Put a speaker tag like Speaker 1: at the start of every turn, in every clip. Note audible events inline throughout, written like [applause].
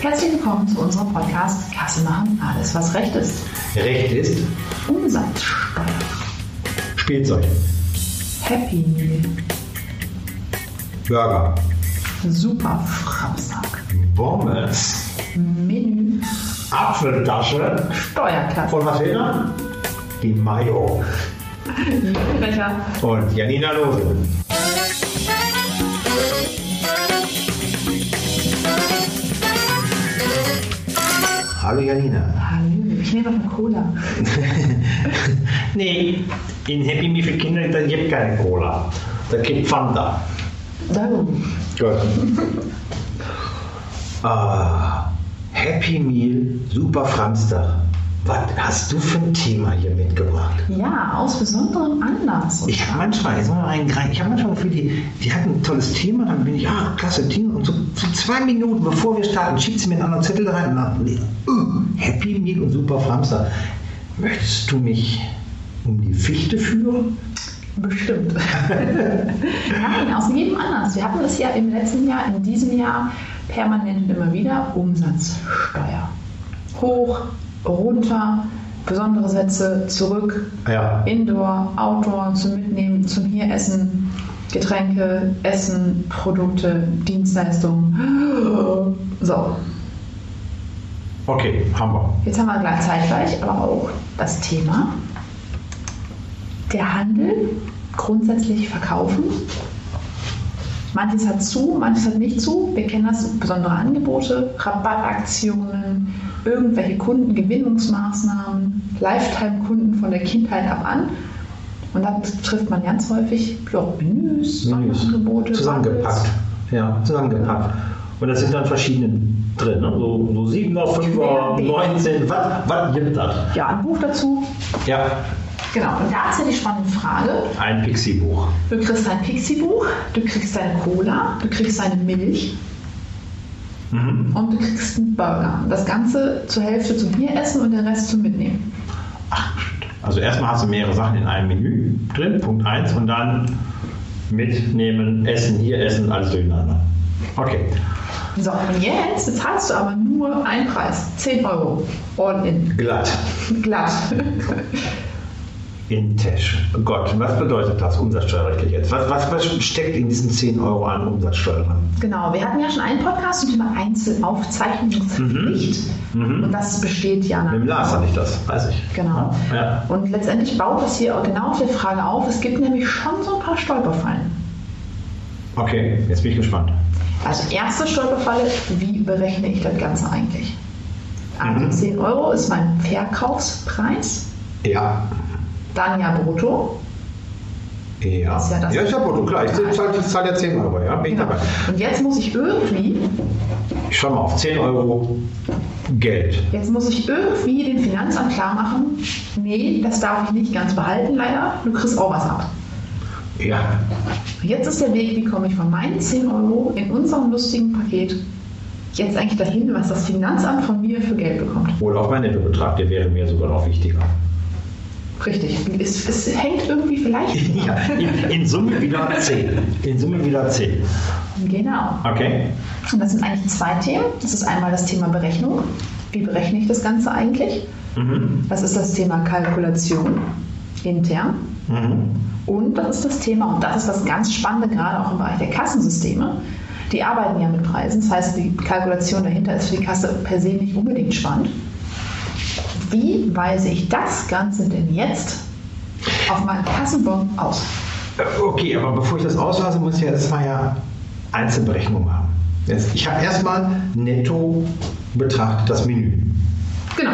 Speaker 1: Herzlich willkommen zu unserem Podcast Kasse machen, alles was recht ist.
Speaker 2: Recht ist
Speaker 1: Umsatzsteuer.
Speaker 2: Spielzeug,
Speaker 1: Happy Meal.
Speaker 2: Burger,
Speaker 1: Super Framsack.
Speaker 2: Pommes,
Speaker 1: Menü.
Speaker 2: Apfeltasche.
Speaker 1: Steuerklasse.
Speaker 2: Von was fehlt noch? Die Mayo.
Speaker 1: Becher.
Speaker 2: Und Janina Lose. Hallo Janina.
Speaker 1: Hallo. Ich nehme noch eine Cola.
Speaker 2: [laughs] Nee, in Happy Meal für Kinder, da gibt keine Cola. Da gibt Fanta.
Speaker 1: Darum.
Speaker 2: Gut. ah, Happy Meal, Super Franztag. Was hast du für ein Thema hier mitgebracht?
Speaker 1: Ja, aus besonderem Anlass.
Speaker 2: Ich habe manchmal, jetzt mal rein, rein, ich habe manchmal das Gefühl, die, die hatten ein tolles Thema, dann bin ich, ah, klasse Team. Und so, so zwei Minuten, bevor wir starten, schiebt sie mir einen anderen Zettel rein und dann, nee, äh, Happy Meal und Super Franztag. Möchtest du mich um die Fichte führen?
Speaker 1: Bestimmt. [laughs] Nein, aus jedem Anlass. Wir hatten es ja im letzten Jahr, in diesem Jahr permanent und immer wieder Umsatzsteuer. Hoch, runter, besondere Sätze, zurück,
Speaker 2: Ja.
Speaker 1: Indoor, Outdoor, zum Mitnehmen, zum hier Essen, Getränke, Essen, Produkte, Dienstleistungen. [gasps] So,
Speaker 2: Okay, haben wir.
Speaker 1: jetzt haben wir gleich zeitgleich aber auch das Thema. Der Handel, grundsätzlich verkaufen. Manches hat zu, manches hat nicht zu. Wir kennen das, besondere Angebote, Rabattaktionen, irgendwelche Kundengewinnungsmaßnahmen, Lifetime-Kunden von der Kindheit ab an. Und dann trifft man ganz häufig ja, Menüs,
Speaker 2: Menüs.
Speaker 1: Angebote.
Speaker 2: Zusammengepackt. Ja, zusammengepackt. Und das sind dann verschiedene drin. Ne? So, so 7er,
Speaker 1: Ja.
Speaker 2: 5er, 19, was, was gibt das?
Speaker 1: Ja, ein Buch dazu.
Speaker 2: Ja,
Speaker 1: Genau, und da ist ja die spannende Frage.
Speaker 2: ein Pixie-Buch.
Speaker 1: Du kriegst dein Pixie-Buch, du kriegst deine Cola, du kriegst deine Milch
Speaker 2: Mhm.
Speaker 1: und du kriegst einen Burger. Das Ganze zur Hälfte zum Hier essen und den Rest zum Mitnehmen.
Speaker 2: Also erstmal hast du mehrere Sachen in einem Menü drin, Punkt 1, und dann mitnehmen, essen, hier essen, alles durcheinander. Okay.
Speaker 1: So, und jetzt bezahlst du aber nur einen Preis, 10 Euro. All in.
Speaker 2: Glatt.
Speaker 1: Glatt. [laughs]
Speaker 2: In Tash. Gott, was bedeutet das umsatzsteuerrechtlich jetzt? Was, was, was steckt in diesen 10 Euro an Umsatzsteuer drin?
Speaker 1: genau, wir hatten ja schon einen Podcast zum Thema Einzelaufzeichnungspflicht.
Speaker 2: Mhm.
Speaker 1: Und das besteht ja nach
Speaker 2: Mit dem Lars hatte ich das, weiß ich.
Speaker 1: Genau.
Speaker 2: Ja.
Speaker 1: Und letztendlich baut das hier auch genau auf die Frage auf. Es gibt nämlich schon so ein paar Stolperfallen.
Speaker 2: Okay, jetzt bin ich gespannt.
Speaker 1: Also erste Stolperfalle, wie berechne ich das Ganze eigentlich? Also
Speaker 2: Mhm.
Speaker 1: 10 Euro ist mein Verkaufspreis,
Speaker 2: Ja,
Speaker 1: dann ja brutto.
Speaker 2: Ja,
Speaker 1: Ist ja das-
Speaker 2: ja, ich habe Brutto, klar. Ich zahle ich zahl ja 10 Euro, ja, bin ich
Speaker 1: Genau.
Speaker 2: dabei.
Speaker 1: Und jetzt muss ich irgendwie,
Speaker 2: Ich schau mal auf 10 Euro Geld.
Speaker 1: jetzt muss ich irgendwie dem Finanzamt klar machen, nee, das darf ich nicht ganz behalten, leider, du kriegst auch was ab.
Speaker 2: Ja,
Speaker 1: Und jetzt ist der Weg, wie komme ich von meinen 10 Euro in unserem lustigen Paket jetzt eigentlich dahin, was das Finanzamt von mir für Geld bekommt.
Speaker 2: oder auch mein Nettobetrag, der wäre mir sogar noch wichtiger. [laughs]
Speaker 1: Richtig, es, es hängt irgendwie vielleicht.
Speaker 2: [laughs] Ja, in, in Summe wieder 10. In Summe wieder 10.
Speaker 1: Genau.
Speaker 2: Okay?
Speaker 1: Und das sind eigentlich zwei Themen. Das ist einmal das Thema Berechnung. Wie berechne ich das Ganze eigentlich?
Speaker 2: Mhm.
Speaker 1: Das ist das Thema Kalkulation intern.
Speaker 2: Mhm.
Speaker 1: Und das ist das Thema, und das ist das ganz Spannende, gerade auch im Bereich der Kassensysteme. Die arbeiten ja mit Preisen. Das heißt, die Kalkulation dahinter ist für die Kasse per se nicht unbedingt spannend. Wie weise ich das Ganze denn jetzt auf meinen Kassenbon aus?
Speaker 2: Äh, Okay, aber bevor ich das auslasse, muss ich ja erstmal ja Einzelberechnung machen. Jetzt, ich habe erstmal netto betrachtet das Menü.
Speaker 1: Genau.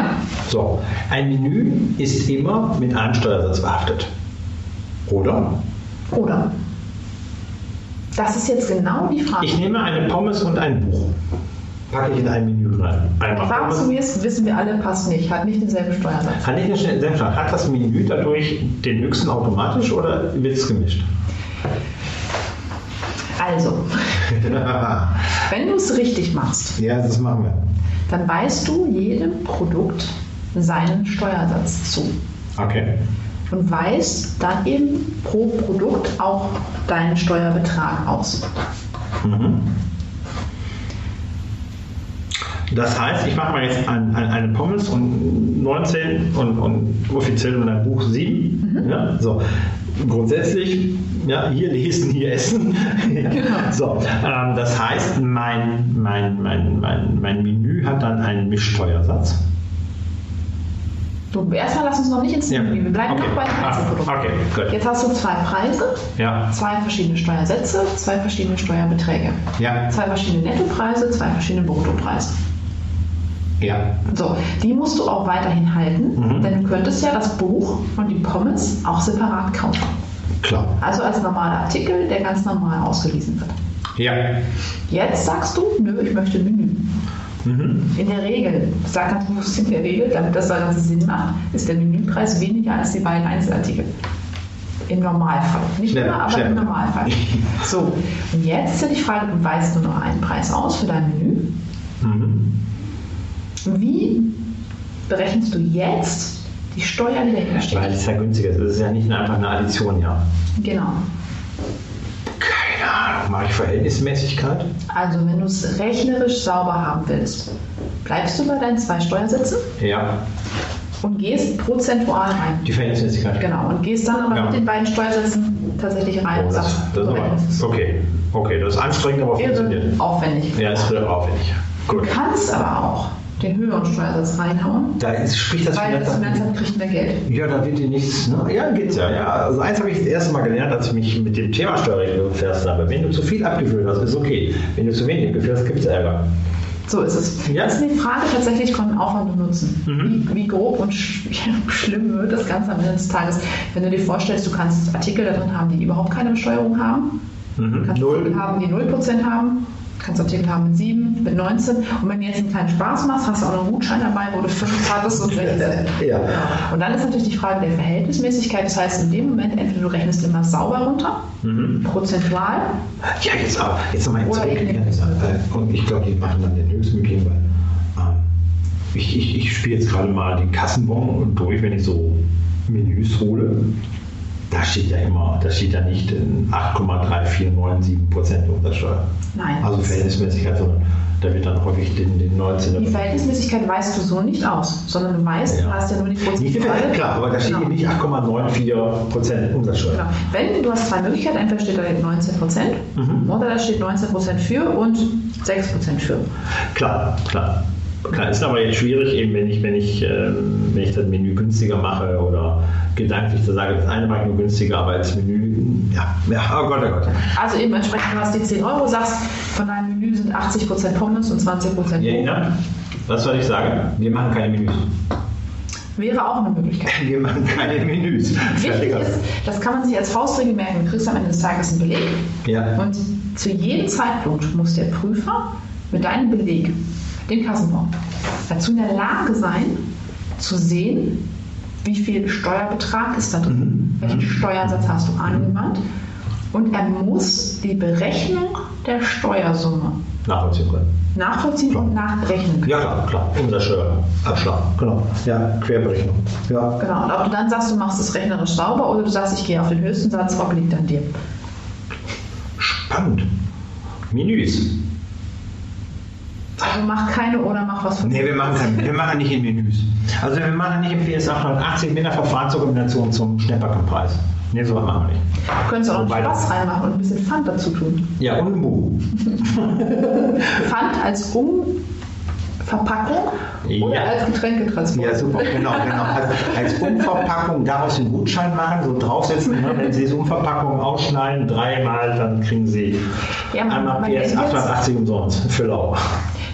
Speaker 2: So, ein Menü ist immer mit einem Steuersatz behaftet. Oder?
Speaker 1: Oder? Das ist jetzt genau die Frage.
Speaker 2: Ich nehme eine Pommes und ein Buch. Packe ich in ein Menü rein. Einmal
Speaker 1: Schwarz
Speaker 2: Pommes.
Speaker 1: und jetzt wissen wir alle, passt nicht, hat nicht denselben Steuersatz.
Speaker 2: Kann ich nicht schnell selbst sagen, Hat das Menü dadurch den höchsten automatisch oder wird es [laughs] gemischt?
Speaker 1: Also,
Speaker 2: ja,
Speaker 1: wenn du es richtig machst,
Speaker 2: das machen wir.
Speaker 1: dann weißt du jedem Produkt seinen Steuersatz zu
Speaker 2: Okay.
Speaker 1: und weißt dann eben pro Produkt auch deinen Steuerbetrag aus.
Speaker 2: Mhm. Das heißt, ich mache mal jetzt ein, ein, eine Pommes und 19 und, und offiziell in ein Buch 7. Ja, so. Grundsätzlich, ja, hier lesen, hier essen. [laughs] ja. So, ähm, das heißt, mein, mein, mein, mein, mein Menü hat dann einen Mischteuersatz.
Speaker 1: Du, erstmal lass uns noch nicht ins
Speaker 2: Ja.
Speaker 1: Menü. Wir bleiben
Speaker 2: Okay.
Speaker 1: noch bei den
Speaker 2: Ah,
Speaker 1: Einzelprodukten.
Speaker 2: okay, gut.
Speaker 1: Jetzt hast du zwei Preise,
Speaker 2: Ja,
Speaker 1: zwei verschiedene Steuersätze, zwei verschiedene Steuerbeträge,
Speaker 2: ja,
Speaker 1: zwei verschiedene Nettopreise, zwei verschiedene Bruttopreise.
Speaker 2: ja.
Speaker 1: So, die musst du auch weiterhin halten,
Speaker 2: Mhm.
Speaker 1: denn du könntest ja das Buch und die Pommes auch separat kaufen.
Speaker 2: Klar.
Speaker 1: Also als normaler Artikel, der ganz normal ausgewiesen wird.
Speaker 2: Ja.
Speaker 1: Jetzt sagst du, nö, ich möchte Menü.
Speaker 2: Mhm.
Speaker 1: In der Regel, ich sage ganz bewusst in der Regel, damit das da ganzen Sinn macht, ist der Menüpreis weniger als die beiden Einzelartikel. Im Normalfall. Nicht
Speaker 2: Schnell,
Speaker 1: immer, aber
Speaker 2: schnell.
Speaker 1: im Normalfall.
Speaker 2: [laughs]
Speaker 1: So, und jetzt ist die Frage, du weißt nur noch einen Preis aus für dein Menü.
Speaker 2: Mhm.
Speaker 1: Wie berechnest du jetzt die Steuer, die dahinter steht?
Speaker 2: Weil es ja günstiger ist. Es ist ja nicht einfach eine Addition, ja.
Speaker 1: Genau.
Speaker 2: Keine Ahnung. Mache ich Verhältnismäßigkeit?
Speaker 1: Also, wenn du es rechnerisch sauber haben willst, bleibst du bei deinen zwei Steuersätzen
Speaker 2: Ja.
Speaker 1: und gehst prozentual rein.
Speaker 2: Die Verhältnismäßigkeit.
Speaker 1: Genau, und gehst dann aber
Speaker 2: Ja.
Speaker 1: mit den beiden Steuersätzen tatsächlich rein. Also,
Speaker 2: Oh, das,
Speaker 1: Sag,
Speaker 2: das ist aber,
Speaker 1: ist
Speaker 2: okay. Okay, das ist anstrengend, aber
Speaker 1: irre
Speaker 2: funktioniert.
Speaker 1: aufwendig.
Speaker 2: Ja, ist wieder aufwendig.
Speaker 1: Du
Speaker 2: Gut.
Speaker 1: kannst aber auch den höheren Steuersatz reinhauen,
Speaker 2: Da ist, spricht das
Speaker 1: weil das
Speaker 2: Finanzamt-
Speaker 1: Finanzamt kriegt mehr Geld.
Speaker 2: Ja, da wird dir nichts. Ne? Ja, geht's ja. ja. Also eins habe ich das erste Mal gelernt, als ich mich mit dem Thema Steuerregelung befasst habe. Wenn du zu viel abgeführt hast, ist okay. Wenn du zu wenig abgeführt hast, gibt's Ärger.
Speaker 1: So ist es.
Speaker 2: Ja.
Speaker 1: Jetzt ist die Frage tatsächlich von Aufwand und Nutzen.
Speaker 2: Mhm.
Speaker 1: Wie, wie grob und sch [laughs] schlimm wird das Ganze am Ende des Tages, wenn du dir vorstellst, du kannst Artikel da drin haben, die überhaupt keine Besteuerung haben. Du
Speaker 2: Mhm.
Speaker 1: kannst Artikel
Speaker 2: Null.
Speaker 1: haben, die 0% haben. Du kannst Artikel haben mit 7, mit 19. Und wenn du jetzt einen kleinen Spaß machst, hast du auch noch einen Gutschein dabei, wo du 5 hattest
Speaker 2: [laughs]
Speaker 1: und 16.
Speaker 2: Ja.
Speaker 1: Und dann ist natürlich die Frage der Verhältnismäßigkeit. Das heißt, in dem Moment, entweder du rechnest immer sauber runter,
Speaker 2: Mhm.
Speaker 1: prozentual,
Speaker 2: Ja, jetzt aber. Jetzt nochmal
Speaker 1: Oder eben nicht.
Speaker 2: Und Äh, ich glaube, die machen dann den höchstmöglichen, weil ähm, ich, ich, ich spiele jetzt gerade mal den Kassenbon und durch, wenn ich so Menüs hole. Da steht ja immer, da steht ja nicht in 8,3497% Umsatzsteuer.
Speaker 1: nein.
Speaker 2: Also Verhältnismäßigkeit, sondern da wird dann häufig den, den 19er.
Speaker 1: die Verhältnismäßigkeit weißt du so nicht aus, sondern du weißt, du
Speaker 2: genau. Ja.
Speaker 1: hast ja nur die
Speaker 2: Nicht die Ver-
Speaker 1: prozentuale.
Speaker 2: klar, aber da steht
Speaker 1: Genau.
Speaker 2: eben nicht 8,94%
Speaker 1: Genau.
Speaker 2: Umsatzsteuer.
Speaker 1: Wenn du hast zwei Möglichkeiten, entweder steht da jetzt 19%
Speaker 2: Mhm.
Speaker 1: oder da steht 19% für und 6% für.
Speaker 2: Klar, klar. Klar, ist aber jetzt schwierig, eben wenn ich, wenn ich, ähm, wenn ich das Menü günstiger mache oder gedanklich zu sagen, das eine mag nur günstiger, aber das Menü, ja, ja, oh Gott, oh Gott.
Speaker 1: Also eben entsprechend, du hast die 10 Euro, sagst, von deinem Menü sind 80% Pommes und 20%
Speaker 2: Janina, was soll ich sagen? Wir machen keine Menüs.
Speaker 1: wäre auch eine Möglichkeit.
Speaker 2: Wir machen keine Menüs.
Speaker 1: Wichtig
Speaker 2: Fertig aus.
Speaker 1: ist, das kann man sich als Faustregel merken, du kriegst am Ende des Tages einen Beleg
Speaker 2: Ja,
Speaker 1: und zu jedem Zeitpunkt muss der Prüfer mit deinem Beleg, dem Kassenbon, dazu in der Lage sein, zu sehen, wie viel Steuerbetrag ist da drin,
Speaker 2: Mhm.
Speaker 1: welchen Steuersatz hast du angewandt und er muss die Berechnung der Steuersumme
Speaker 2: nachvollziehen können.
Speaker 1: nachvollziehen und nachrechnen können.
Speaker 2: Ja, klar, klar. Umsatzsteuer, Abschlag, genau. Ja, Querberechnung. Ja.
Speaker 1: Genau, und ob du dann sagst, du machst es rechnerisch sauber oder du sagst, ich gehe auf den höchsten Satz, obliegt an dir.
Speaker 2: Spannend. Menüs.
Speaker 1: Also mach keine oder mach was von
Speaker 2: Nee, wir machen, kein, wir machen nicht in Menüs. Also wir machen nicht im PS 880 mit einer Verfahrenskombination zum Schnäppackenpreis. Nee, sowas machen wir nicht.
Speaker 1: Könntest du auch noch
Speaker 2: Wobei
Speaker 1: Spaß
Speaker 2: das-
Speaker 1: reinmachen und ein bisschen Pfand dazu tun.
Speaker 2: Ja, und ein Buch.
Speaker 1: Pfand als Umverpackung oder
Speaker 2: Ja.
Speaker 1: als Getränketransport.
Speaker 2: Ja, super, genau, genau. Als, als Umverpackung daraus einen Gutschein machen, so draufsetzen. Ne? Wenn Sie diese Umverpackung ausschneiden, dreimal, dann kriegen Sie
Speaker 1: Ja, man-
Speaker 2: einmal
Speaker 1: man denkt
Speaker 2: PS
Speaker 1: jetzt-
Speaker 2: 880 umsonst. Für lau.
Speaker 1: [laughs]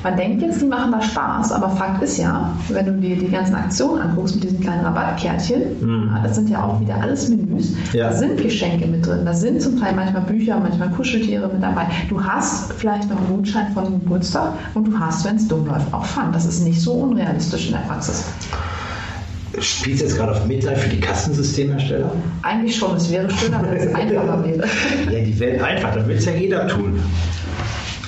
Speaker 1: Man denkt jetzt, die machen da Spaß, aber Fakt ist ja, wenn du dir die ganzen Aktionen anguckst mit diesen kleinen Rabattkärtchen,
Speaker 2: Mhm.
Speaker 1: ja, das sind ja auch wieder alles Menüs,
Speaker 2: Ja.
Speaker 1: da sind Geschenke mit drin, da sind zum Teil manchmal Bücher, manchmal Kuscheltiere mit dabei. Du hast vielleicht noch einen Gutschein von einem Geburtstag und du hast, wenn es dumm läuft, auch Pfand. Das ist nicht so unrealistisch in der Praxis.
Speaker 2: Spielst du jetzt gerade auf Mitleid für die Kassensystemhersteller?
Speaker 1: Eigentlich schon, es wäre schöner, wenn es einfacher wäre.
Speaker 2: Ja, die Welt einfach, dann will es ja jeder tun.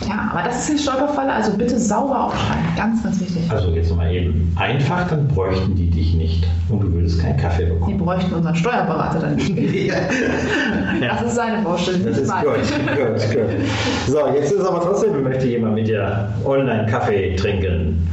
Speaker 1: Ja, aber das ist ein Stolperfalle, also bitte sauber aufschreiben. Ganz, ganz wichtig.
Speaker 2: Also jetzt mal eben einfach, dann bräuchten die dich nicht und du würdest keinen Kaffee
Speaker 1: Die
Speaker 2: bekommen.
Speaker 1: bräuchten unseren Steuerberater dann nicht. Das ist seine Vorstellung.
Speaker 2: Das
Speaker 1: nicht
Speaker 2: ist
Speaker 1: meine.
Speaker 2: gut, gut, gut. So, jetzt ist aber trotzdem, möchte jemand mit dir online Kaffee trinken.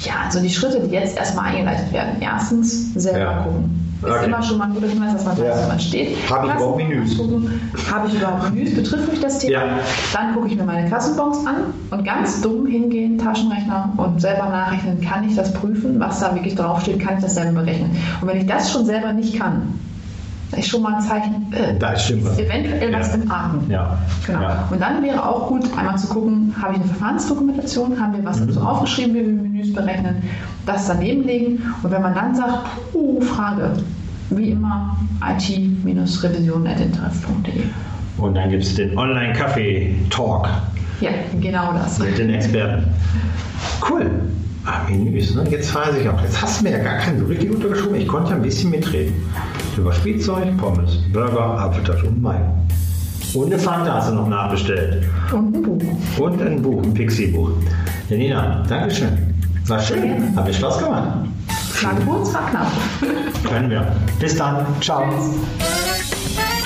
Speaker 1: Ja, also die Schritte, die jetzt erstmal eingeleitet werden. Erstens, selber
Speaker 2: Ja.
Speaker 1: gucken. Ist
Speaker 2: Okay.
Speaker 1: immer schon mal ein guter Hinweis, dass man weiß,
Speaker 2: Ja.
Speaker 1: wo man steht.
Speaker 2: Hab ich überhaupt Menüs?
Speaker 1: gucken. Habe ich überhaupt Menüs? Betrifft mich das Thema?
Speaker 2: Ja.
Speaker 1: Dann gucke ich mir meine Kassenbons an und ganz dumm hingehen, Taschenrechner und selber nachrechnen. Kann ich das prüfen, was da wirklich draufsteht? Kann ich das selber berechnen? Und wenn ich das schon selber nicht kann, ist schon mal ein Zeichen, äh,
Speaker 2: Da ist stimmt was.
Speaker 1: ist eventuell was
Speaker 2: Ja.
Speaker 1: im Argen.
Speaker 2: Ja.
Speaker 1: Genau.
Speaker 2: ja.
Speaker 1: Und dann wäre auch gut, einmal zu gucken, habe ich eine Verfahrensdokumentation, haben wir was dazu aufgeschrieben, wie wir Menüs berechnen, das daneben legen. Und wenn man dann sagt, puh, Frage, wie immer, it-revision.interest.de.
Speaker 2: Und dann gibt es den Online-Kaffee-Talk
Speaker 1: Ja, genau das.
Speaker 2: mit den Experten. Cool. Ah, Menüs, ne? Jetzt weiß ich auch. Jetzt hast du mir ja gar keinen so richtig untergeschoben. Ich konnte ja ein bisschen mitreden. Über Spielzeug, Pommes, Burger, Apfeltasche und Mayo. Und eine Fanta hast du noch nachbestellt.
Speaker 1: Und ein Buch.
Speaker 2: Und ein Buch, ein Pixie-Buch. Janina, Dankeschön. War schön. Hat mir Spaß gemacht.
Speaker 1: War kurz, war knapp.
Speaker 2: Können wir. Bis dann. Ciao.
Speaker 1: Tschüss.